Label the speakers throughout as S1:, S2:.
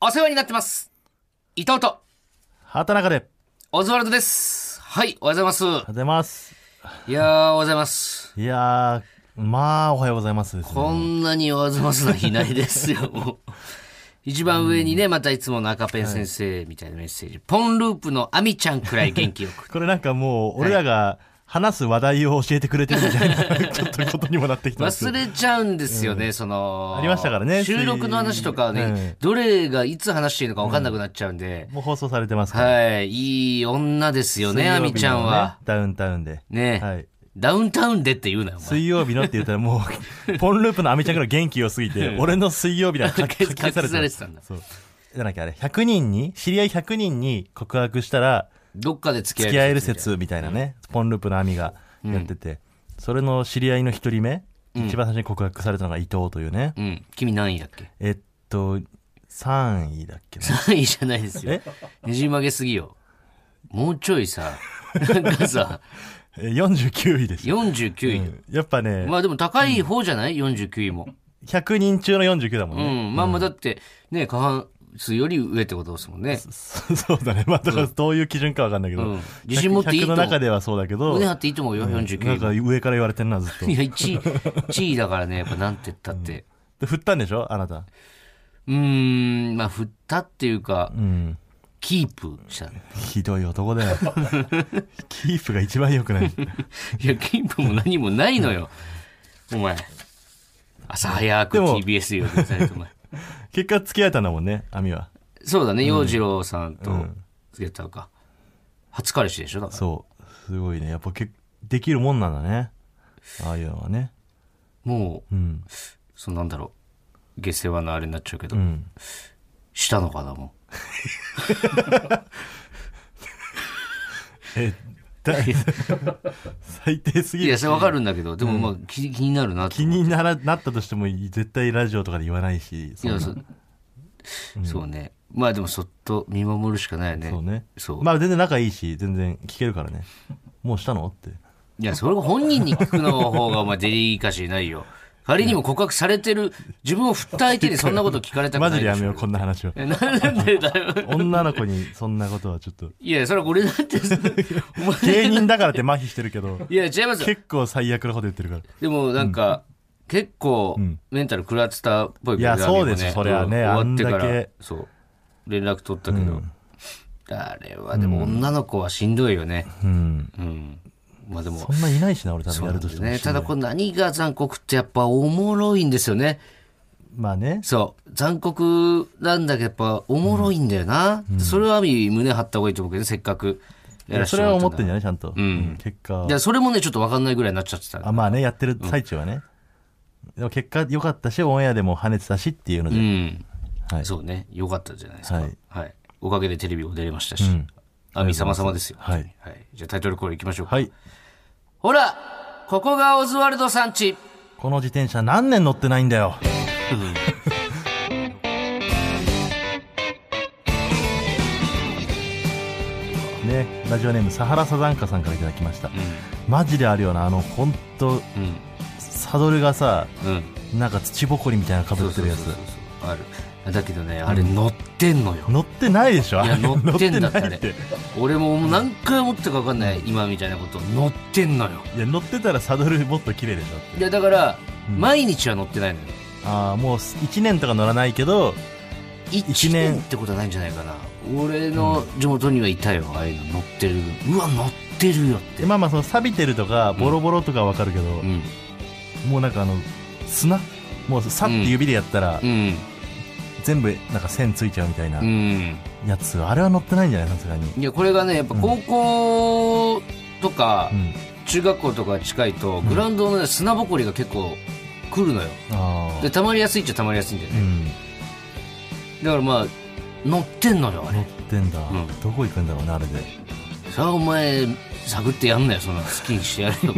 S1: お世話になってます。伊藤と、
S2: 畑中で、お
S1: オ
S2: はよ
S1: ズワルドです。はい、おはようございま
S2: うございます。
S1: す。いやー、おはようございます。
S2: いやー、まあ、おはようございますですね
S1: こんなにおはようございますのいないですよ、もう。一番上にね、またいつもの赤ペン先生みたいなメッセージ。ポンループのアミちゃんくらい元気よく。
S2: これなんかもう、俺らが話す話題を教えてくれてるみたいな、ちょっとことにもなってきてます
S1: 忘
S2: け
S1: れ
S2: ど。
S1: ちゃうんですよね、その。
S2: ありましたからね
S1: 収録の話とかはね、
S2: うん
S1: どれがいつ話していいのか分かんなくなっちゃうんで。
S2: もう放送されてますから。
S1: はい、いい女ですよね、アミちゃんは。
S2: 水曜日のね。ダウンタウンで。
S1: ね、
S2: はい。
S1: ダウンタウンでって言うなよ、お前
S2: 水曜日のって言ったらもう、ポンループのアミちゃんから元気良すぎて、俺の水曜日が 書き書き消されて
S1: 隠されてたんだ
S2: そう。なんだっけあれ、100人に、知り合い100人に告白したら、
S1: どっかで付き合
S2: 付
S1: え
S2: き合える
S1: 説
S2: 説みたいなね、ポンループの網がやってて、それの知り合いの一人目、一番最初に告白されたのが伊藤というね、
S1: うん。君何位だっけ
S2: えっと3位だっけな
S1: ?3 位じゃないですよ。ねじ曲げすぎよ。もうちょい さ、なんかさ、
S2: え49位ですよ、
S1: 49位。
S2: うんやっぱね、
S1: まあでも高い方じゃない、?49 位も。
S2: 100人中の49だもん
S1: う
S2: ね、
S1: ん。まあまあだって、ね、過半数より上ってことですもんね。
S2: そそうだねまあだからどういう基準かわかんないけど、
S1: うん自信持っていいと
S2: 100の中ではそうだけど、
S1: 胸張っていいと思うよ、
S2: なん
S1: 49
S2: か
S1: 位。
S2: 上から言われてんなずっと
S1: いや、1位、1位だ からね、やっぱなんて言ったって。
S2: で振ったんでしょあなた
S1: うーん、まあ振ったっていうか、
S2: うん
S1: キープしたね。
S2: ひどい 男だよキープが一番良くない
S1: いや、キープも何もないのよ。お前。朝早く
S2: でも
S1: TBS よ、されてお前。
S2: 結果付き合えたんだもんね網は
S1: そうだね、洋次郎さんと付き合ったのか。初彼氏でしょだから。
S2: そう。すごいね。やっぱけできるもんなんだね。ああいうのはね。
S1: もう、
S2: うん。
S1: そのなんだろう。下世話のあれになっちゃうけど
S2: う、ん。
S1: したのかな、も
S2: え、だ、最低す
S1: う。
S2: ぎ
S1: い
S2: る
S1: や、。それわかるんだけど、でもまあ気気になるなと
S2: 気にならなったとしても絶対ラジオとかで言わないし。
S1: い
S2: そん
S1: や、
S2: な
S1: そそうね。まあでもそっと見守るしかないよね。
S2: そうね。
S1: そう
S2: まあ全然仲いいし、全然聞けるからね。もうしたのって。
S1: いや、それが本人に聞くの方が、お前、デリカシーないよ。仮にも告白されてる、自分を振った相手にそんなこと聞かれたくな
S2: マ
S1: い
S2: ジでやめよう、
S1: し
S2: こんな話を。
S1: ょ。なんでだよ。
S2: 女の子にそんなことはちょっと。
S1: いや、それは俺だって、お前、
S2: 芸人だからって麻痺してるけ ど、
S1: いや、違いますよ。
S2: 結構最悪なこと言ってるから。
S1: でも、なんか、結構、メンタル食らってたっぽいけど
S2: いや
S1: ラーメンも
S2: そうですそりゃ
S1: う
S2: ね
S1: ん
S2: あ
S1: 終わ
S2: ん
S1: って
S2: だけ
S1: から、そう、連絡取ったけど、あれは、でも、女の子はしんどいよね。
S2: うん。
S1: うん。まあ、でも、
S2: そんないないしな、俺多分
S1: そう
S2: や
S1: なん
S2: る
S1: だ
S2: と
S1: よ
S2: しても
S1: ね。。ただ、これ何が残酷って、やっぱ、おもろいんですよね。
S2: まあね。
S1: そう。残酷なんだけど、やっぱ、おもろいんだよな。それは、アミ、胸張った方がいいと思うけどね、せっかく。
S2: いやそれは思って
S1: ゃ
S2: んじゃないちゃんと、うん結果
S1: いや、それもね、ちょっとわかんないぐらいになっちゃってた。
S2: あまあねやってる最中はね、でも結果良かったしオンエアでも跳ねてたしっていうので、
S1: うん。
S2: はい
S1: そうね。よかったじゃないですか。は
S2: はいい。
S1: おかげでテレビも出れましたし。アミ様様ですよ。
S2: はい。
S1: はい。じゃあ、タイトルコールいきましょうか。
S2: はい
S1: ほらここがオズワルドさんち
S2: この自転車何年乗ってないんだよねラジオネームサハラサザンカさんからいただきました、マジであるよなあの本当
S1: うん。
S2: サドルがさ
S1: うん。うん。
S2: なんか土ぼこりみたいなのかぶってるやつ
S1: そうそうそうそうある。だけどね、あれ乗ってんのよ。
S2: 乗ってないでしょ
S1: いや乗ってんだって
S2: 乗
S1: あ
S2: ない
S1: れ
S2: って
S1: 俺ももう何回思ったか分かんない今みたいなこと乗ってんのよ
S2: いや乗ってたらサドルもっと綺麗でしょ
S1: いやだから、
S2: うん
S1: 毎日は乗ってないのよ
S2: ああもう1年とか乗らないけど
S1: 1
S2: 一
S1: 年
S2: 年
S1: ってことはないんじゃないかな俺の地元にはいたよああいうの乗ってるうわ乗ってるよって
S2: でまあまあその錆びてるとかボロボロとかわかるけど、
S1: うん
S2: もうなんかあの砂もうさって指でやったら、
S1: うん
S2: 全部なんか線ついちゃうみたいな
S1: うん
S2: やつ、あれは乗ってないんじゃないさすがに、
S1: いやこれがねやっぱ高校とか、
S2: うん、
S1: 中学校とか近いとグラウンドの、ね、砂ぼこりが結構来るのよ
S2: ああ
S1: で溜まりやすいっちゃ溜まりやすいんだよ
S2: う
S1: ね、
S2: ん
S1: だからまあ乗ってんのよあれ
S2: 乗ってんだ、
S1: ん
S2: どこ行くんだろうねあれで
S1: さあお前探ってやんなよその好きにしてや れよ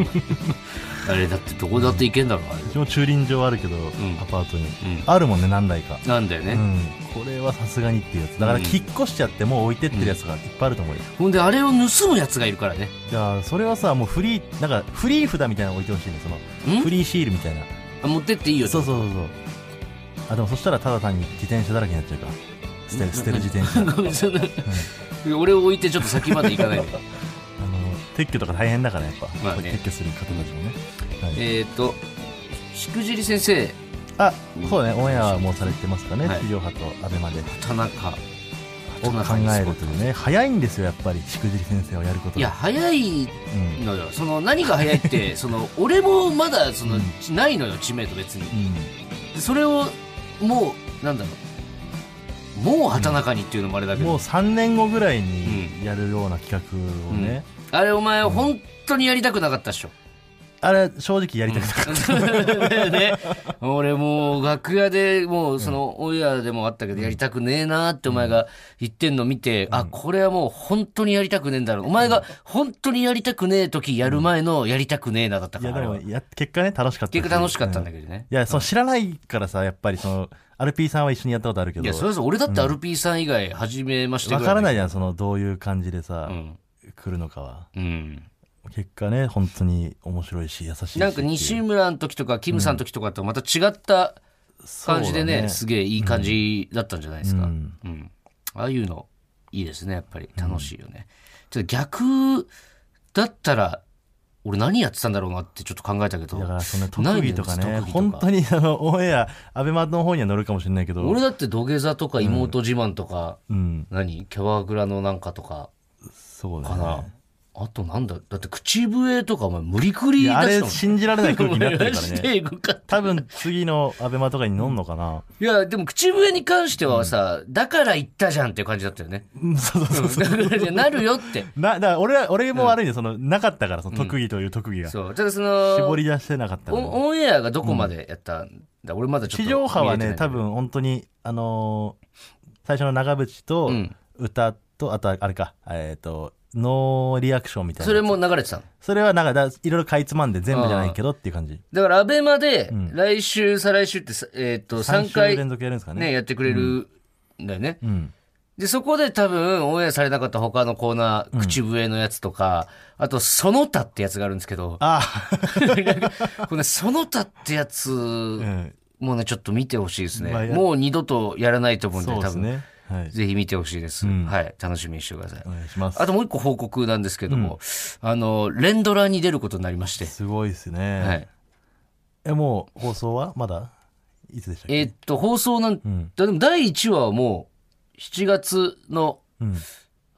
S1: あれだってどこだって行けんだろあれ
S2: うちも駐輪場あるけど、
S1: ん
S2: アパートに、
S1: ん
S2: あるもんね何台か、
S1: なんだよね、
S2: うん、これはさすがにっていうやつだか
S1: う
S2: ら
S1: ん
S2: 引っ越しちゃってもう置いてってるやつがいっぱいあると思うよ、
S1: ほんであれを盗むやつがいるからね
S2: じゃあそれはさもうフリーなんかフリー札みたいなの置いてほしいねその
S1: ん
S2: フリーシールみたいな
S1: あ持ってっていいよ
S2: そうそうそうそうあでもそしたらただ単に自転車だらけになっちゃうか捨て捨てる自転車 あ の
S1: ごめんその俺を置いてちょっと先まで行かない で
S2: 撤去とか大変だからやっぱ、
S1: まあね
S2: 撤去する方たちもね、はい、
S1: えっとしくじり先生
S2: あそうねオンエアはもうされてますかね、
S1: はい
S2: 地上波とアベマで
S1: 田中
S2: を考えるというね早いんですよやっぱりしくじり先生をやることが
S1: いや早い
S2: うん
S1: のよその何が早いって その俺もまだその、ないのよ知名度別に
S2: うん
S1: でそれをもうなんだろうもう畑中にっていうのもあれだけど、
S2: もう3年後ぐらいにやるような企画をね、
S1: あれお前本当にやりたくなかったっしょ、
S2: あれ正直やりたくなかっ た、
S1: ね、俺もう楽屋でもうそのオンエアでもあったけどやりたくねえなってお前が言ってんの見て、あこれはもう本当にやりたくねえんだろうお前が本当にやりたくねえ時やる前のやりたくねえなだった
S2: い
S1: か
S2: や
S1: らあ
S2: で
S1: れ
S2: も
S1: は
S2: や結果ね楽しかった
S1: 結果楽しかったんだ
S2: けど、
S1: けどね、
S2: うんいやその知らないからさやっぱり そのアルピーさんは一緒にやったことあるけ
S1: い
S2: ど
S1: やそれぞれ俺だってアルピーさん以外初めまして
S2: わからない
S1: い
S2: じゃんそのどういう感じでさ、
S1: うん、
S2: 来るのかは
S1: うん、
S2: 結果ね本当に面白いし優しいし
S1: なんか西村の時とかキムさんの時とかとまた違った感じでね,、
S2: そうだ
S1: すげえいい感じだったんじゃないですか、
S2: うん
S1: うん、ああいうのいいですねやっぱり楽しいよね、ちょっと逆だったら俺何やってたんだろうなってちょっと考えたけど
S2: だからその
S1: ない
S2: 特
S1: んだ
S2: 技
S1: よ
S2: とかね
S1: 特技
S2: 本当にあのオンエアアベマの方には乗るかもしれないけど
S1: 俺だって土下座とか妹自慢とか、
S2: うん
S1: 何キャバクラのなんかとか
S2: そうだ
S1: かな、
S2: ね
S1: あとなんだだって口笛とかお前無理くり
S2: い
S1: 出
S2: やあ
S1: し
S2: れ
S1: たもん
S2: 信じられない空気にな ってるか
S1: マ
S2: ら
S1: ジ
S2: ね
S1: でエグかった
S2: 多分次のアベマとかに乗んの かな、
S1: いやでも口笛に関してはさ、だから言ったじゃんっていう感じだったよね
S2: うんそうそうそ う
S1: だからじゃなるよって
S2: なだから俺は俺も悪いね、そのなかったからその特技という特技が、
S1: そう。ただその、
S2: 絞り出してなかったから、
S1: オンオンエアがどこまでやったんだ、俺まだちょっと。
S2: 地上波はね多
S1: 分。
S2: 分本当にあのー最初の長渕と
S1: うん
S2: 歌と、あとあれかえっ、とノーリアクションみたいな
S1: それも流れてたの。
S2: それはなんかだいろいろかいつまんで全部じゃないけどっていう感じ
S1: だから、アベマで
S2: ん、
S1: 来週、再来週ってさ、えっ、と、
S2: 3
S1: 3
S2: 週
S1: 回、
S2: 連続やるんですかね
S1: ね、やってくれるんだよね。
S2: うん
S1: で、そこで多分、オンエアされなかった他のコーナー、口笛のやつとか、あと、その他ってやつがあるんですけ ど、
S2: あ
S1: これ、その他ってやつ、
S2: あ、うん、
S1: もうね、ちょっと見てほしいですね。
S2: まあや
S1: もう二度とやらないと思うんで、
S2: そうで
S1: 多
S2: す
S1: 分、
S2: ねはい
S1: ぜひ見てほしいです、
S2: うん
S1: はい、楽しみにしてください
S2: お。願いします
S1: あともう一個報告なんですけども、あの、連ドラに出ることになりまして、
S2: すごいですね、
S1: はい。
S2: えもう放送はまだいつでしたっけ
S1: えーっと、放送なん、
S2: うん
S1: だでも第1話はもう、7月の、
S2: うん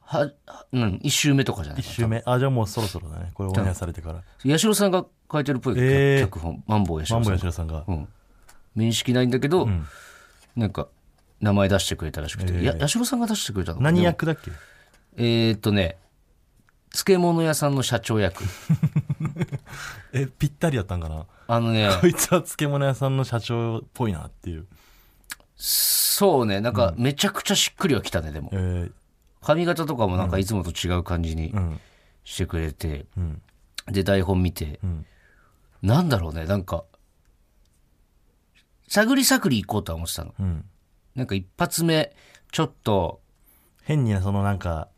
S1: は、はうん、1週目とかじゃない
S2: 1
S1: か
S2: 周目あじゃあもうそろそろだねこれオンエアされてから
S1: な。八代さんが書いてるっぽい、
S2: えー
S1: 脚本。マンボウ八
S2: マン
S1: 代さ
S2: ボ
S1: ん
S2: ヤシロさんが、。
S1: うん。面識ないんだけど、
S2: ん
S1: なんか、名前出してくれたらしくて。
S2: えー
S1: や、八代さんが出してくれたのかな
S2: 何役だっけ
S1: でもえーっとね、漬物屋さんの社長役。
S2: えぴったりだったんかな
S1: あのね、
S2: こいつは漬物屋さんの社長っぽいなっていう、
S1: そうね、なんか、めちゃくちゃしっくりはきたね、でも
S2: え。ー
S1: 髪型とかもなんかいつもと違う感じに
S2: うん
S1: してくれて、
S2: うん
S1: で台本見て、
S2: うん
S1: なんだろうねなんか探り探り行こうとは思ってたの
S2: うん、
S1: なんか一発目ちょっと
S2: 変にそのなんか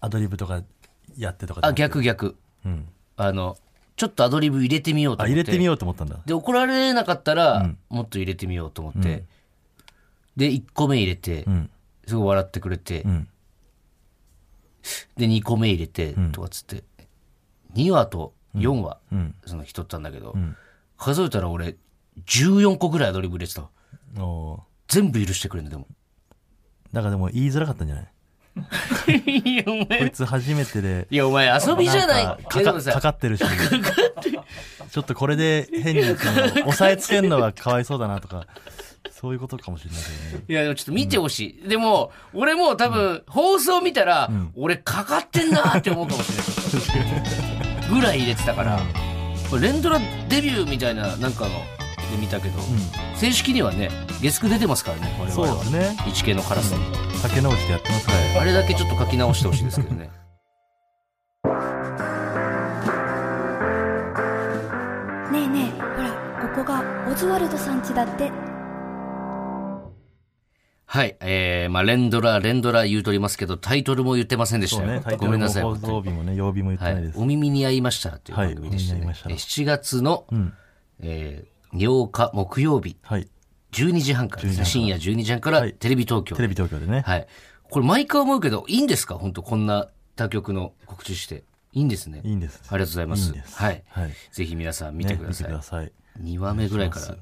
S2: アドリブとかやってとかじゃ
S1: あ
S2: なくて、
S1: 逆逆
S2: うん、
S1: あのちょっとアドリブ入れてみようと
S2: あ
S1: 思っ
S2: 入
S1: て
S2: れてみようと思ったんだ
S1: で怒られなかったら、もっと入れてみようと思って、で1個目入れて、
S2: うん
S1: すごい笑ってくれて、
S2: うん
S1: で2個目入れてとかっつって、2話と4話、
S2: うん
S1: その人ったんだけど、
S2: ん
S1: 数えたら俺14個ぐらいアドリブ入れてたわ
S2: おー
S1: 全部許してくれんのでも
S2: なんかでも言いづらかったんじゃない
S1: いやお
S2: こ
S1: 前
S2: いつ初めてで
S1: いやお前遊びじゃない
S2: なんか
S1: いやで
S2: か
S1: も
S2: かか
S1: さ
S2: かってるしちょっとこれで変にその押さえつけるのはかわいそうだなとかそういうことかもしれないけどね
S1: いやでもちょっと見てほしい、でも俺もう多分、放送見たら、俺かかってんなーって思うかもしれないぐらい入れてたから、これ連ドラデビューみたいななんかので見たけど、正式にはね月9出てますからね我
S2: そう
S1: 々
S2: で
S1: は
S2: すね
S1: 1K のカラスに
S2: 竹直しでやってますから
S1: あれだけちょっと書き直してほしいですけどね
S3: ねえねえほらここがオズワルドさん家だって
S1: はいえー、まあ連ドラ連ドラ言うとりますけどタイトルも言ってませんでし
S2: そ
S1: た
S2: う
S1: よ、
S2: ね、タイト
S1: ごめ
S2: ル
S1: ん
S2: も
S1: なさい
S2: 放送日もね、曜日も言って
S1: は
S2: ない
S1: い
S2: で、す。
S1: お耳に合いましたという
S2: はい
S1: 番組でした
S2: お
S1: ね、
S2: 耳に合いました
S1: え7月の、
S2: ん
S1: えー8日木曜日、
S2: はい。
S1: え12時半からですね
S2: 12時半から
S1: 深夜12時半から
S2: はい
S1: テレビ東京
S2: テ
S1: で、
S2: レビ東京でね。
S1: はい。これ毎回思うけど、いいんですか本当こんな他局の告知して。いいんですね。
S2: いいんです。
S1: ありがとうございます。
S2: んです
S1: はい。
S2: はい。
S1: ぜひ皆さん見
S2: 見
S1: てください。
S2: 見てください。
S1: 2話目ぐらいから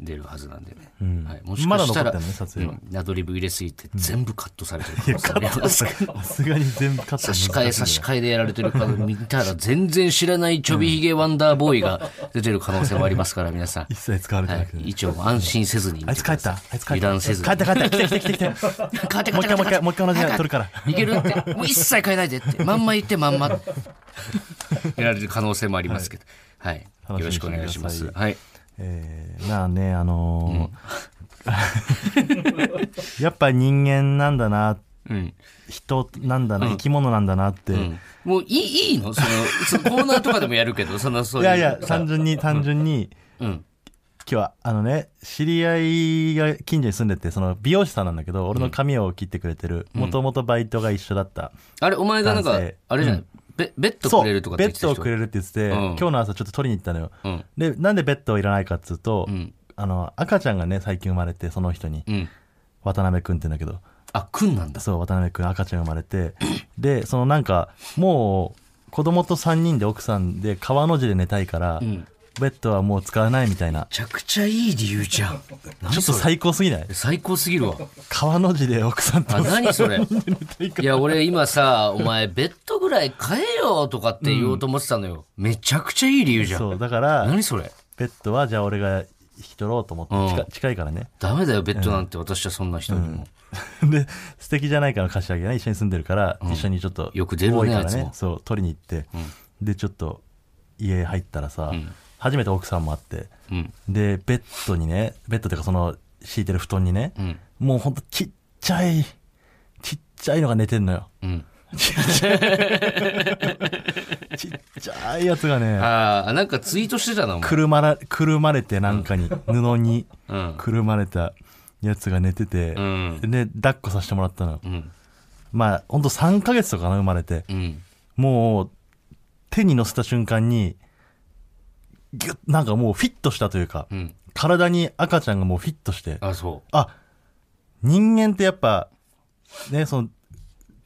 S1: 出るはずなんでね。
S2: ん
S1: はい、もしかしたら、
S2: まだ残ってんのね撮影は
S1: うんアドリブ入れすぎて全部カットされてる可能性ありますから
S2: さすがに全部カット
S1: 差し替え差し替えでやられてるから見たら全然知らないちょびひげワンダーボーイが出てる可能性もありますから皆さん。
S2: 一切使われて
S1: は
S2: ないくて、、
S1: 一応安心せずに見
S2: あい
S1: て
S2: つ
S1: く
S2: 帰
S1: だ
S2: った
S1: さい。
S2: あいつ帰った
S1: 油断せずに
S2: 帰った帰った来て来て来て来て
S1: 変わって
S2: もう一回もう一回もう一回同じやつ撮るから
S1: いけるってもう一切変えないでってまんま言ってま んまやられる可能性もありますけどはい、
S2: 楽しみに
S1: よろしくお願いしま
S2: して
S1: す
S2: くだ
S1: はい
S2: えー、まあねあのー やっぱ人間なんだな
S1: うん、
S2: 人なんだな、生き物なんだなって、
S1: うん、もういいいいのそのそのコーナーとかでもやるけどそ のそう
S2: い
S1: いう
S2: やいや
S1: さ
S2: 単純に単純に、
S1: うん
S2: 今日はあのね知り合いが近所に住んでてその美容師さんなんだけど俺の髪を切ってくれてるもともとバイトが一緒だった、
S1: あれお前がなんか
S2: 男性
S1: あれじゃない、
S2: うん
S1: ベベッド
S2: そう
S1: くれるとかって
S2: ベ
S1: 言って
S2: ッド
S1: た
S2: を
S1: 人
S2: くれるって言ってて、
S1: うん
S2: 今日の朝ちょっと取りに行ったのよ
S1: うん
S2: でなんでベッドいらないかっつうと、
S1: うん
S2: あの赤ちゃんがね最近生まれてその人に、
S1: うん
S2: 渡辺君って言うんだけど
S1: あくんなんだ
S2: そう渡辺君赤ちゃん生まれてでそのなんかもう子供と3人で奥さんで川の字で寝たいから、
S1: うんめ
S2: ベッドはもう使わないみたいな
S1: ちゃくちゃいい理由じゃ ん
S2: ちょっと最高すぎない
S1: 最高すぎるわ
S2: 川の字で奥さんと
S1: あ、何それ。
S2: い
S1: いや、俺今さ、お前、ベッドぐらい買えよとかって言おうと思ってたのよ。めちゃくちゃいい理由じゃん。
S2: そうだから
S1: 何それ。
S2: ベッドはじゃあ俺が引き取ろうと思って、
S1: うん
S2: 近近いからね
S1: ダメだよ、ベッドなんて私はそんな人にも。
S2: で素敵じゃないから柏木がね一緒に住んでるから、一緒にちょっと
S1: よく出るね
S2: 多いから
S1: あいつ
S2: ね
S1: も
S2: そう取りに行って、でちょっと家入ったらさ、初めて奥さんもあって
S1: うん。
S2: でベッドにねベッドっていうかその敷いてる布団にね、
S1: うん。
S2: もうほんとちっちゃいちっちゃいのが寝てんのよ
S1: うん。
S2: ちっちゃいちっちゃいやつがね
S1: ああ、なんかツイートしてたな、お前。
S2: くるまらくるまれてなんかに、布に
S1: うん。
S2: くるまれたやつが寝てて、
S1: うん。
S2: で抱っこさせてもらったのよ
S1: うん。
S2: まあほんと3ヶ月とかかな生まれて
S1: うん。
S2: もう手に乗せた瞬間にギュッなんかもうフィットしたというか、
S1: うん。
S2: 体に赤ちゃんがもうフィットして
S1: あ、そ
S2: あ人間ってやっぱねその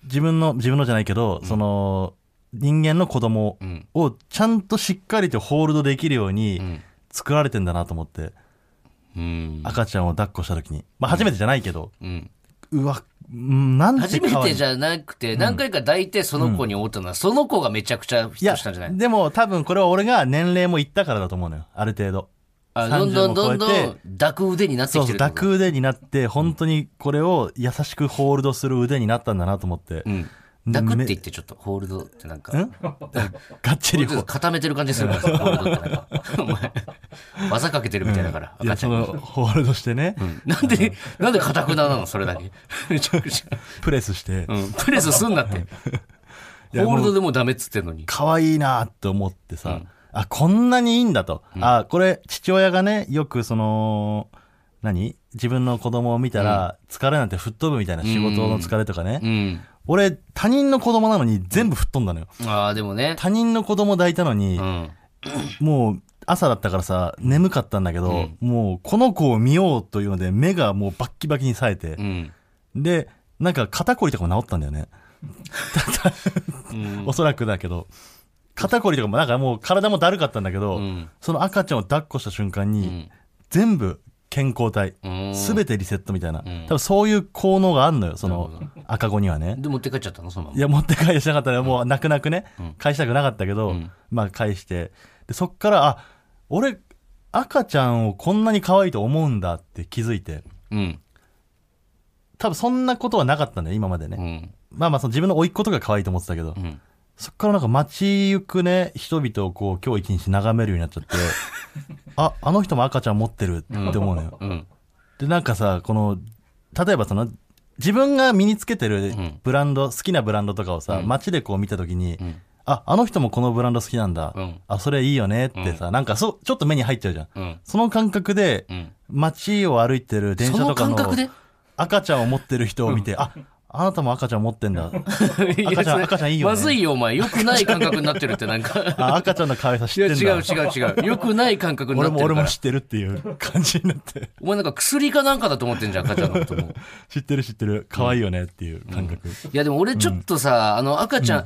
S2: 自分の自分のじゃないけど、その人間の子供
S1: う。うん。
S2: をちゃんとしっかりとホールドできるよう
S1: う
S2: に
S1: ん。
S2: 作られてんだなと思って、
S1: うん。
S2: 赤ちゃんを抱っこした時にまあ初めてじゃないけど、
S1: うん、
S2: うわうんなんて
S1: 初め
S2: 可愛い
S1: てじゃなくて、何回か抱いてその子に思ったのは、その子がめちゃくちゃフィットしたんじゃない
S2: でも多分これは俺が年齢もいったからだと思うのよある程度
S1: あどんどんどんど
S2: 30も
S1: ん抱く腕になって
S2: そう
S1: きて
S2: そう
S1: るって
S2: 抱
S1: こと
S2: く腕になって本当にこれを優しくホールドする腕になったんだなと思って、
S1: うん。抱くって言ってちょっとホールドってなんか、
S2: んがっち
S1: ちょ
S2: り
S1: っと
S2: ホ
S1: 固めてる感じするからさ、ホールドってなんか。お前、技かけてるみたいだから、
S2: いや
S1: 赤ちゃ
S2: そ
S1: ん
S2: の
S1: に。
S2: ホールドしてね、
S1: うんなんで、なんで固くななのそれだけ。めちゃくちゃ。
S2: プレスして
S1: うん。プレスすんなって。
S2: いや
S1: ホールドでもうダメっつってんのに。
S2: 可愛いなと思ってさ、あこんなにいいんだと、あこれ父親がねよくその何自分の子供を見たら疲れなんて吹っ飛ぶみたいな仕事の疲れとかね、
S1: うん。
S2: 俺他人の子供なのに全部吹っ飛んだのよ
S1: ああ、でもね。
S2: 他人の子供抱いたのに、
S1: うん。
S2: もう朝だったからさ眠かったんだけど、
S1: う
S2: もうこの子を見ようというので目がもうバッキバキに冴えて
S1: う、ん。
S2: でなんか肩こりとかも治ったんだよね、
S1: うん
S2: おそらくだけど肩こりとかもなんかもう体もだるかったんだけど、
S1: うん
S2: その赤ちゃんを抱っこした瞬間
S1: う
S2: に、
S1: ん。
S2: 全部健康体
S1: うん
S2: 全てリセットみたいな、
S1: ん
S2: 多分そういう効能があんのよそ
S1: な
S2: の
S1: る
S2: 赤子にはね
S1: で、持って帰っちゃったのそのま
S2: い
S1: ま。
S2: や持って返りしなかったらもう泣く泣くね、
S1: うん
S2: 返したくなかったけど、
S1: うん
S2: まあ返してでそっからあ俺赤ちゃんをこんなに可愛いと思うんだって気づいて
S1: うん。
S2: 多分そんなことはなかったんだよ今までね、
S1: うん。
S2: まあまあその自分の甥っ子とか可愛いと思ってたけど、
S1: うん。
S2: そっからなんか街行くね人々をこう今日一日眺めるようになっちゃって ああの人も赤ちゃん持ってるって思うのよ、
S1: うん。
S2: でなんかさこの例えばその自分が身につけてる
S1: ん
S2: ブランド、好きなブランドとかをさ、街でこう見た時に、
S1: ん
S2: ああの人もこのブランド好きなんだ、
S1: うん
S2: あそれいいよねってさ、なんかそうちょっと目に入っちゃうじゃん、
S1: うん。
S2: その感覚で
S1: うん。
S2: 街を歩いてる電
S1: そ
S2: 車と
S1: の
S2: か
S1: 感
S2: の
S1: 覚で
S2: 赤ちゃんを持ってる人を見て、ああなたも赤ちゃん持ってん だ。
S1: いや
S2: 赤ちゃん
S1: それ
S2: 赤ちゃんいいよね
S1: まずいよ、お前。良くない感覚になってるって、なんか。
S2: あ、赤ちゃんの可愛さ
S1: い
S2: 知っ
S1: や、
S2: てんだ。
S1: 違う違う違う。良くない感覚にな
S2: 俺
S1: ってる
S2: も
S1: から。
S2: 俺も知ってるっていう感じになって。
S1: お前なんか薬かなんかだと思ってんじゃん、赤ちゃんの ことも。
S2: 知ってる知ってる。可愛いよねっていう感覚。
S1: いや、でも俺ちょっとさ、あの、赤ちゃん、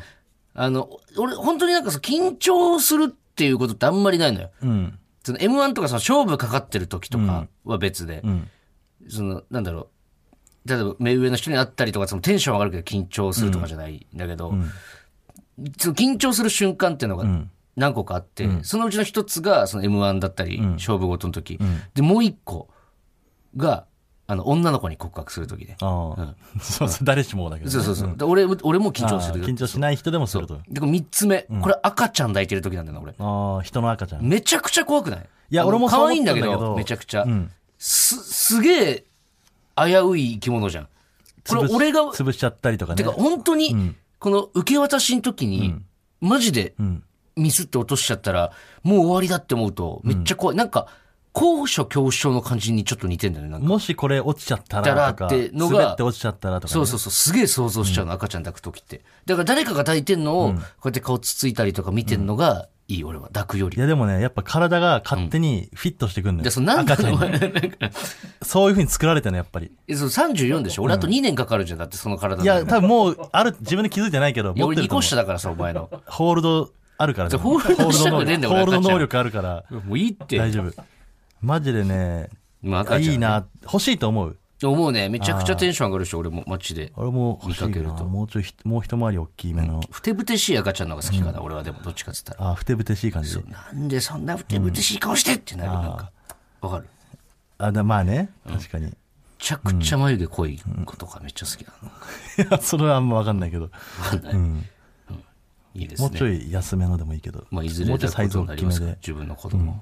S1: あの、俺、本当になんかさ、緊張するっていうことってあんまりないのよ。
S2: うん。
S1: その M1 とかその勝負かかってる時とかは別で、
S2: ん
S1: その、なんだろう、例えば目上の人に会ったりとか、そのテンション上がるけど緊張するとかじゃないんだけど、その緊張する瞬間っていうのが何個かあって、そのうちの一つがその M1 だったり、勝負事の時、で、もう一個が、あの、女の子に告白する時で。
S2: ああ。そうそう、誰しもだけどね。
S1: そうそうそう。で俺も、俺も緊張す
S2: あ
S1: る
S2: あ。緊張しない人でもすると。
S1: で、これ三つ目、これ赤ちゃん抱いてる時なんだよな、俺。
S2: ああ、人の赤ちゃん。
S1: めちゃくちゃ怖くない
S2: いや
S1: あの
S2: 俺もそ
S1: 可
S2: う思っ
S1: 愛い
S2: た
S1: ん
S2: ん
S1: だ
S2: だ
S1: け
S2: けど
S1: ど、めちゃくちゃ。
S2: ん
S1: す、すげえ、危うい生き物じゃん。これ
S2: 潰す
S1: 俺が、
S2: 潰しちゃったりとか
S1: て
S2: ね
S1: か。本当に、この受け渡しの時に、マジでミスって落としちゃったら、もう終わりだって思うと、めっちゃ怖い。なんか、高所恐怖症の感じにちょっと似てんだよね、なんか。
S2: もしこれ落ちちゃったらと
S1: だ
S2: か、
S1: らってのが
S2: 滑って落ちちゃったらとかね。
S1: そうそうそう、すげえ想像しちゃうの、赤ちゃん抱く時って。だから誰かが抱いてんのを、こうやって顔つついたりとか見てんのが、いい、俺は。抱くより
S2: い。やでもね、やっぱ体が勝手にフィットしてくんだ
S1: で、
S2: よ。
S1: そのなんだ
S2: 赤ちゃ
S1: ろ
S2: ん
S1: う
S2: に。そういう風に作られてるの、やっぱり。
S1: え、その34でしょ俺あと2年かかるじゃん。だってその体
S2: いや、多分もう、ある、自分で気づいてないけど、
S1: いや
S2: 持っ
S1: 俺
S2: て
S1: 2
S2: ると
S1: 個
S2: 思
S1: 下だからさ、お前 の。
S2: う。ホールドあるからね。
S1: ホールドしたくねえんだよ
S2: ホール
S1: 俺赤ち
S2: ド
S1: ゃん
S2: 能力あるから、
S1: もういいって。
S2: 大丈夫。マジでね、
S1: まあ赤ちゃんね
S2: いいな、欲しいと思う。
S1: 夫。思うね。めちゃくちゃテンション上がるでしょ、俺も街で。
S2: 俺も欲しい
S1: 見かける
S2: な。
S1: と
S2: もうちょいひ、もう一回り大きめの、
S1: ふてぶてしい赤ちゃんの方が好きかな、俺はでも、どっちかっつったら。
S2: あ、ふてぶてしい感じで。
S1: なんでそんなふてぶてしい顔してってなる、なんか。わかるめ
S2: あ、だまあね、確かに。い
S1: ちゃくちゃ眉毛濃い子とかめっちゃ好きなの。
S2: や、それはあんまわかんないけど。
S1: わかんない。うんいいです
S2: も
S1: ね。
S2: うちょい安めのでもいいけど。
S1: まあ、いず
S2: も
S1: れ
S2: うちょ
S1: だ
S2: いサ
S1: こ
S2: イズ
S1: とに
S2: 大
S1: なり
S2: き
S1: ま
S2: め
S1: すから
S2: で。
S1: 自分の子供。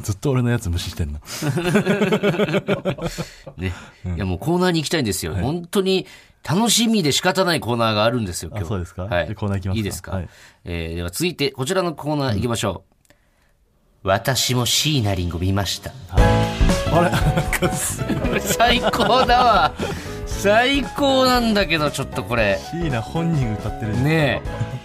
S2: ずっと俺のやつ無視してんの。
S1: ね。いや、もうコーナーに行きたいんですよ。本当に楽しみで仕方ないコーナーがあるんですよ、今日。
S2: あそうですか
S1: はい。
S2: じゃあコーナー行きますか
S1: いいですか、
S2: はい
S1: えーでは続いて、こちらのコーナー行きましょう。私も椎名林檎見ました。
S2: あれなんかす
S1: 最高だわ。最高なんだけど、ちょっとこれ。
S2: いいな、本人歌ってるね。
S1: ねえ。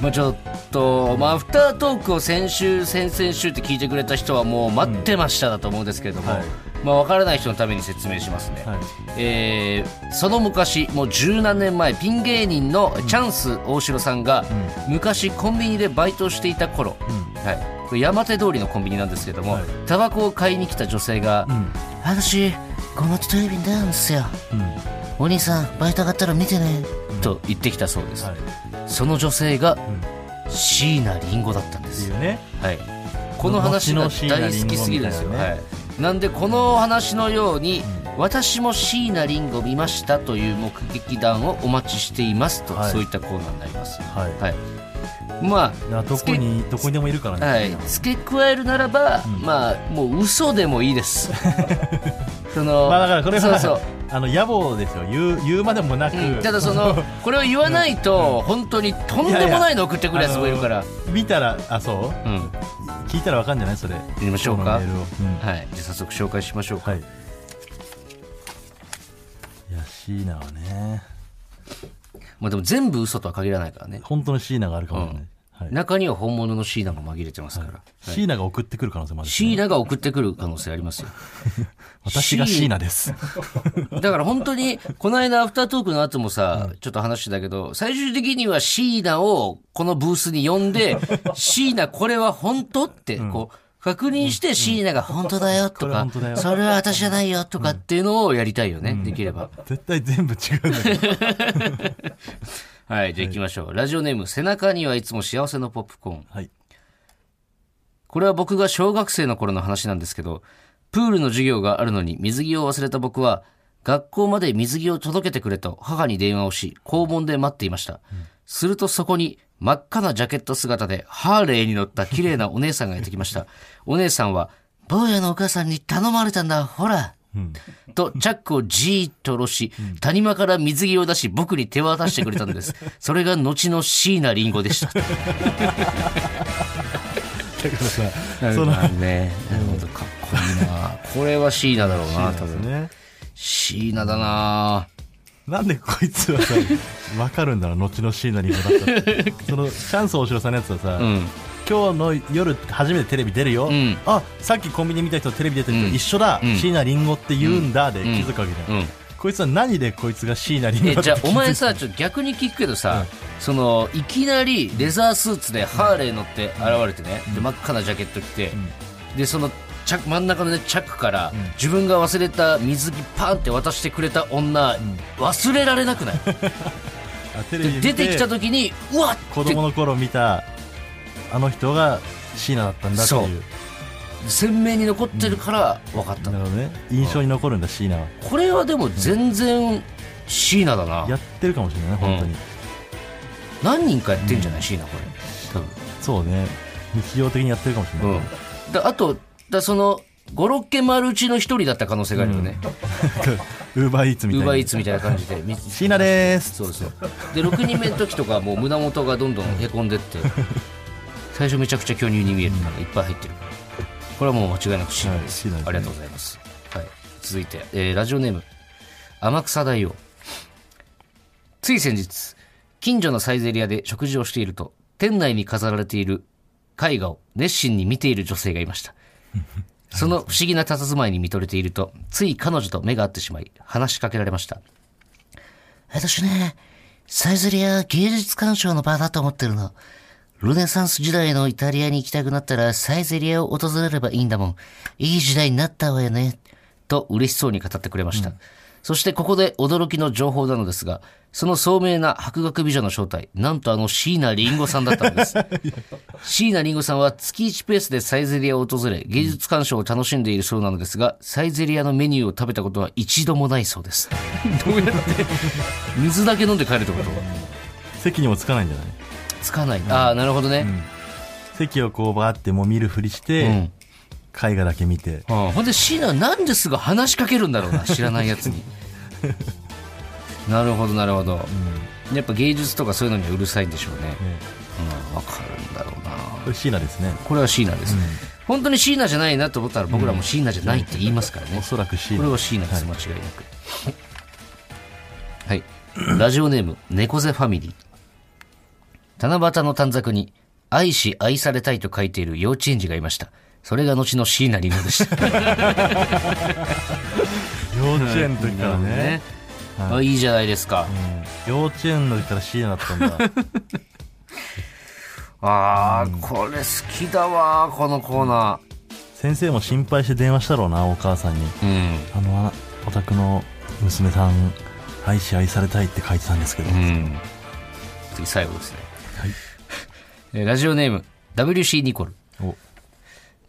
S1: まあちょっと、まあアフタートークを先週、先々週って聞いてくれた人はもう待ってましただと思うんですけれども、
S2: うんはい
S1: まあわからない人のために説明しますね。
S2: はい。
S1: えーその昔もう十何年前ピン芸人のチャンス大城さんが、昔コンビニでバイトしていた頃、はい、これ山手通りのコンビニなんですけども、
S2: はい
S1: タバコを買いに来た女性が「
S2: ん
S1: 私このテレビに出るんですよ
S2: うん。は
S1: お兄さんバイト上がったら見てね」と言ってきたそうです、
S2: い。っ
S1: その女性が椎名林檎だったんで
S2: て
S1: す
S2: いうね。
S1: はい、この話が大好きすぎるんですよ、
S2: 後の椎名林檎みたいな
S1: は
S2: ね
S1: い、なんでこのお話のように、私も椎名林檎見ましたという目撃談をお待ちしていますと、
S2: はい
S1: そういったコーナーになります
S2: はい
S1: いま
S2: だからどこに、どこにでもいるから
S1: あ、
S2: ね。
S1: はい、付け加えるならば、まあもう嘘でもいいです その
S2: まあだからこれは、
S1: そうそう
S2: あの、野望ですよ。言う、言うまでもなく。
S1: うんただそのこれを言わないと本当にとんでもないの送ってくるやつもいるから
S2: 見たら、あ、そう
S1: うん
S2: 聞いたらわかんじゃないそれ。
S1: りましょうか
S2: 今日のメールをうん
S1: はいじゃあ早速紹介しましょうか
S2: はい。いや、椎名はね、
S1: まあでも全部嘘とは限らないからね。
S2: 本当の椎名があるかもしれない。はい
S1: 中には本物の椎名も紛れてますから。
S2: 椎名が送ってくる可能性もあるし、
S1: 椎名が送ってくる可能性ありますよ。
S2: 私が椎名です。
S1: だから本当に、この間アフタートークの後もさ、ちょっと話してたけど、最終的には椎名をこのブースに呼ん で、椎名これは本当って、こう、確認して椎名が本当だよと
S2: これ
S1: か
S2: 本当だ、よ
S1: それは私じゃないよとかっていうのをやりたいよね、できれば。
S2: 絶対全部違うん だけど。
S1: はい、じゃあ行きましょう。ラジオネーム、背中にはいつも幸せのポップコーン。
S2: はい。
S1: これは僕が小学生の頃の話なんですけど、プールの授業があるのに水着を忘れた僕は、学校まで水着を届けてくれと母に電話をし、校門で待っていました。するとそこに真っ赤なジャケット姿でハーレーに乗った綺麗なお姉さんがやってきました。お姉さんは、坊やのお母さんに頼まれたんだ、ほら。と、チャックをじーっと下ろし、谷間から水着を出し、僕に手渡してくれたんです。それが後の椎名林檎でした。
S2: だからさ、
S1: そのね、なるほど、かっこいいな。これは椎名だろうな、多
S2: そう
S1: 分。
S2: ね。
S1: 椎名だな。
S2: なんでこいつはさ、わかるんだろう、後の椎名林檎だったらその、チャンス大城さんのやつはさ、
S1: うん
S2: 今日の夜、初めてテレビ出るよ、
S1: うん
S2: あさっきコンビニ見た人、テレビ出てる
S1: うん
S2: 人、一緒だ、
S1: うん
S2: 椎名林檎って言うんだで
S1: うん
S2: 気づくわけじゃん。
S1: うん
S2: こいつは何でこいつが椎名林檎
S1: え
S2: だって
S1: じゃあお前
S2: 気づ
S1: さ
S2: い
S1: ちょっと逆に聞くけどさ、そのいきなりレザースーツでハーレー乗って現れてね、で真っ赤なジャケット着て、でそのチャ真ん中の、ね、チャックから、自分が忘れた水着パンって渡してくれた女、忘れられなく ない
S2: たあテレビ
S1: で
S2: 見
S1: 出てきた時にうわっ
S2: 子
S1: て
S2: 供の頃見た、あの人が椎名だったんだって
S1: そう
S2: いう。
S1: 鮮明に残ってるから分かった、
S2: なるほどね。印象に残るんだ、椎名は。
S1: これはでも全然椎名だな
S2: やってるかもしれないね、本当に。
S1: 何人かやってんじゃない椎名、これ多分
S2: そうね。日常的にやってるかもしれない。
S1: うん、だあとだその56軒回るうちの一人だった可能性があるよね、
S2: ウーバーイーツみ
S1: ウー
S2: たいな。
S1: バーイーツみたいな感じ でみ
S2: 椎名でーす。
S1: そうそうで6人目の時とかもう胸元がどんどんへこんで って最初めちゃくちゃ巨乳に見えるなんかいっぱい入ってるこれはもう間違いなく椎名です,、
S2: はい椎名ですね
S1: ありがとうございます、はい、続いて、えーラジオネーム天草大王つい先日近所のサイゼリアで食事をしていると店内に飾られている絵画を熱心に見ている女性がいま したその不思議な佇まいに見とれているとつい彼女と目が合ってしまい話しかけられました私ね、サイゼリアは芸術鑑賞の場だと思ってるの。ルネサンス時代のイタリアに行きたくなったらサイゼリアを訪れればいいんだもん。いい時代になったわよね。と嬉しそうに語ってくれました。そしてここで驚きの情報なのですが、その聡明な博学美女の正体、なんとあの椎名林檎さんだったのです。椎名林檎さんは月1ペースでサイゼリアを訪れ、芸術鑑賞を楽しんでいるそうなのですが、サイゼリアのメニューを食べたことは一度もないそうです。どうやって水だけ飲んで帰るってこと
S2: 席にもつかないんじゃない
S1: つかない。ああ、なるほどね。
S2: 席をこうバーってもう見るふりし
S1: う
S2: て、
S1: ん。
S2: 絵画だけ見て。
S1: うんほんで椎名はなんですぐ話しかけるんだろう な、知らないやつに。なるほど、なるほど。やっぱ芸術とかそういうのにはうるさいんでしょうね。
S2: ね
S1: うん、わかるんだろうな。
S2: これ椎名ですね。
S1: これは椎名です、本当に椎名じゃないなと思ったら僕らも椎名じゃないって言いますからね、
S2: おそらく椎
S1: これ
S2: 名。
S1: は椎名です間違いなくはい、ラジオネーム猫背ファミリー七夕の短冊に「愛し愛されたい」と書いている幼稚園児がいましたそれが後の椎名林檎で した
S2: 幼稚園の時からね。
S1: あいいじゃないですか、
S2: 幼稚園の時から椎名だったんだ。
S1: あーこれ好きだわこのコーナ
S2: 先生も心配して電話したろうな、お母さんに。
S1: ーうん
S2: あの、お宅の娘さん、愛し愛されたいって書いてたんですけど。
S1: うん。次、最後ですね。えーラジオネーム、WC ニコル。
S2: お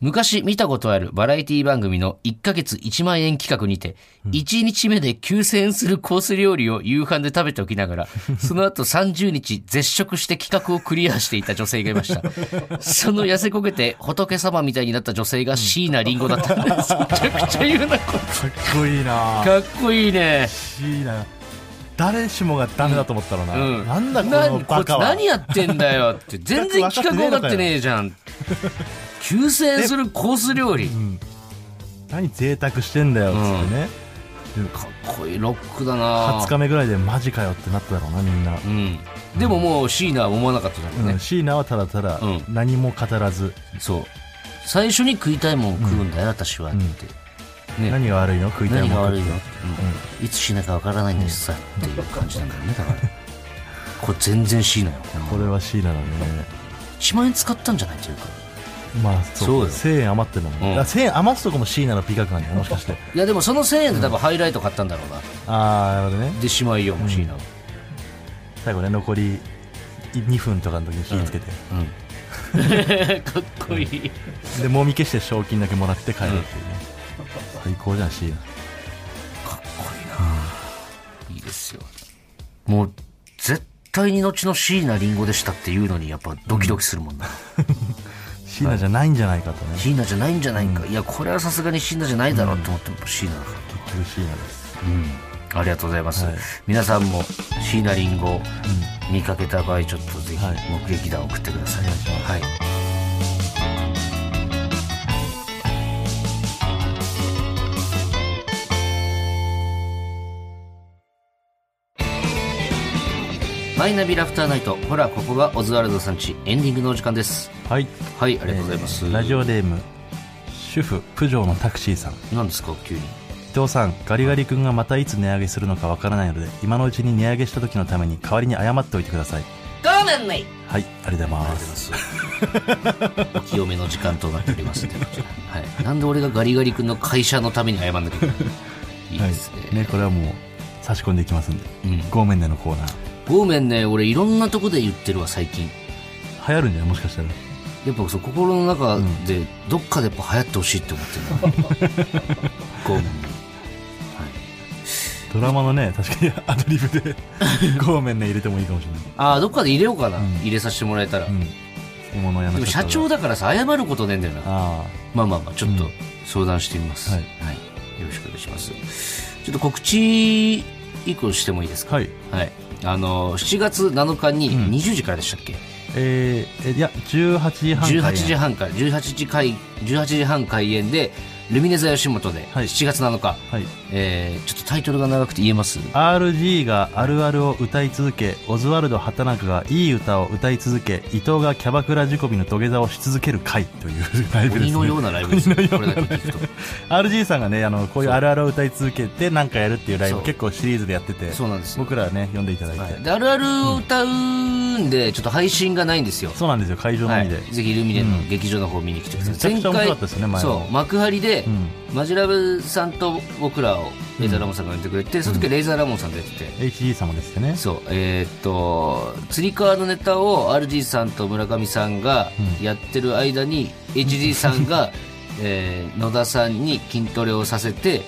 S1: 昔見たことあるバラエティ番組の1ヶ月1万円企画にて、1日目で9000円するコース料理を夕飯で食べておきなが ら、その後30日絶食して企画をクリアしていた女性がいました。その痩せこけて仏様みたいになった女性が椎名林檎だったんです。めちゃくちゃ言うな、こ
S2: かっこいいな
S1: れかっこいいね。
S2: 椎名。誰しもがダメだと思ったろうな。
S1: うん
S2: なんだこの
S1: 何こ
S2: バ
S1: いつ
S2: カは。
S1: 何やってんだよって全然企画分かってねえじゃ ん9000円するコース料理
S2: 何贅沢してんだよ、つってね。
S1: かっこいいロックだな
S2: 20日目ぐらいでマジかよってなっただろうなみんな、
S1: うん、でももう椎名は思わなかっただろう
S2: う
S1: ね
S2: ん、、椎名はただただ
S1: うん
S2: 何も語らず、
S1: そう最初に食いたいもんを食うんだよ、私はって、ね
S2: 何が悪いの食いたい
S1: 何が
S2: もん
S1: 悪いの、うんいつ死ぬか分からないんですさ、っていう感じなんだよねだからこれ全然椎名よこの
S2: これは椎名だね
S1: 1万円使ったんじゃないっていうか
S2: まあ
S1: そう
S2: そう
S1: よ
S2: 1000円余ってるのもん、
S1: うん
S2: だから1000円余すとこも椎名の美学なん だよもしかして
S1: いやでもその1000円で多分ハイライト買ったんだろうな、
S2: ああなるほどね
S1: でしまいよもう椎名は、
S2: 最後ね残り2分とかの時に火つけて、
S1: うん、かっこいい、
S2: でもみ消して賞金だけもらって帰るっていうね、最高じゃん椎名
S1: かっこいいないいですよもう絶対に後の椎名林檎でしたっていうのにやっぱドキドキするもんな、
S2: 椎名じゃないんじゃないかとね
S1: 椎名じゃないんじゃないか、いやこれはさすがに椎名じゃないだろうと思っても椎名だから
S2: 結局椎名です
S1: ありがとうございます、
S2: はい
S1: 皆さんも椎名林檎見かけた場合ちょっとぜひ
S2: はい
S1: 目撃談を送ってください、
S2: お願いします
S1: はいマイナビラフターナイトほらここがオズワルドさんちエンディングのお時間です
S2: はい。
S1: はいありがとうございます、
S2: えーラジオネーム、主婦、プジョーのタクシーさん。
S1: 何ですか急に
S2: 伊藤さん、ガリガリ君がまたいつ値上げするのかわからないので、今のうちに値上げした時のために代わりに謝っておいてください。
S1: ごめんね
S2: はい、ありがとうございます。
S1: お清めの時間となっておりますってことではい、なんで俺がガリガリ君の会社のために謝んなきゃいけないいいですね,、
S2: はい、ね、これはもう、差し込んでいきますんで。
S1: うん
S2: ごめんねのコーナー。
S1: ごめんね俺いろんなとこで言ってるわ最近
S2: 流行るんじゃないもしかしたら。
S1: やっぱそう心の中でどっかでやっぱ流行ってほしいって思ってる、 ごめんね
S2: ドラマのね、確かにアドリブ で、ごめんね入れてもいいかもしれない。
S1: ああどっかで入れようかな、
S2: うん
S1: 入れさせてもらえたら、
S2: うん。そこも悩
S1: で
S2: ん
S1: も
S2: だ
S1: 社長だからさ謝ることねえんだよな
S2: あ
S1: まあまあまあ、ちょっ
S2: う
S1: と
S2: ん
S1: 相談してみます。は
S2: はいい。
S1: よろしくお願いします。ちょっと告知以降してもいいです
S2: あ。
S1: か
S2: はい。
S1: はい。あの、7月7日に
S2: うん
S1: 20時からでしたっけ、
S2: えーえ、いや、18時半から。
S1: ?18 時半から、18時開、18時半開演で、ルミネ座吉本で、
S2: はい
S1: 7月7日、
S2: はい。
S1: えー、ちょっとタイトルが長くて言えます
S2: RG があるあるを歌い続け、オズワルド畑中がいい歌を歌い続け、伊藤がキャバクラ仕込みの土下座をし続ける回というライブです、
S1: 鬼の
S2: ね
S1: よ。うなライブですね。これだけ聞くと。
S2: RG さんがね、あの、こういうあるあるを歌い続けてなんかやるっていうライ
S1: そ
S2: ブ
S1: う
S2: 結構シリーズでやってて、
S1: そうなんですよ。
S2: 僕らはね、呼んでいただいて。
S1: はいで、あるあるを歌うんで、ちょっと配信がないんですよ。
S2: そうなんですよ、会場の
S1: は
S2: みで。
S1: い、ぜひルミネの劇場の方見に来てください、
S2: めちゃくちゃ面白かったですね前の
S1: そう幕張で、
S2: うん
S1: マジラブさんと僕らをレイザーラモンさんが呼んでくれて、その時レイザーラモンさん出てて、
S2: HG 様ですよね。
S1: そうえーっと釣り革のネタを RG さんと村上さんがやってる間に、HG さん が、えー野田さんに筋トレをさせて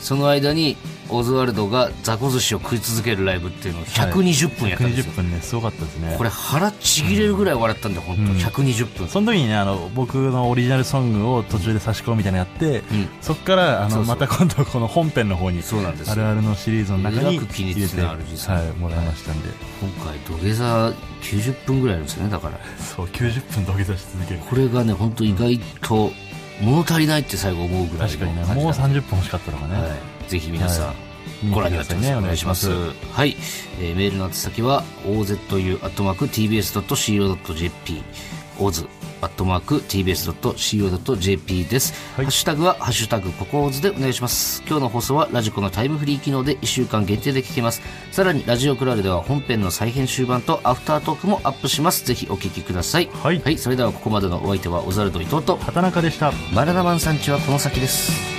S1: その間にオズワルドがザコ寿司を食い続けるライブっていうのを120分やったんですよ、
S2: 120分ね、すごかったですね。
S1: これ腹ちぎれるぐらい笑ったんだよ本当、
S2: うん
S1: 120分
S2: その時にね、あの、僕のオリジナルソングを途中で差し込むみたいなのやって、
S1: うん
S2: そっから、あの、
S1: そうそう
S2: また今度この本編の方に、
S1: そうなんですよ
S2: あるあるのシリーズの中に
S1: うまく気に入
S2: 入れ
S1: って
S2: て、
S1: ね
S2: は
S1: RG さん
S2: い、もらいましたんで、
S1: 今回土下座90分ぐらいあるんですよねだから
S2: そう、90分土下座し続ける。
S1: これがね本当意外と物足りないって最後思うぐらい
S2: 確
S1: の
S2: か
S1: 感
S2: にね、
S1: じ
S2: もう
S1: なんで
S2: 30分欲しかったのがね、
S1: はい、ぜひ皆さん、
S2: は見に
S1: ご
S2: 来
S1: 覧
S2: て
S1: になってく
S2: ください
S1: ださい
S2: ね
S1: お願いします
S2: お願い
S1: はい、えーメールの宛先は ozu.tbs.co.jp オズアットマーク tbs.co.jp です、
S2: はい
S1: ハッシュタグは「ハッシュタグココオズ」でお願いします今日の放送はラジコのタイムフリー機能で1週間限定で聞けますさらにラジオクラウドでは本編の再編集版とアフタートークもアップしますぜひお聞きください
S2: はい
S1: それではここまでのお相手はオザルド伊藤と
S2: 畑中でした
S1: バナナマンさんちはこの先です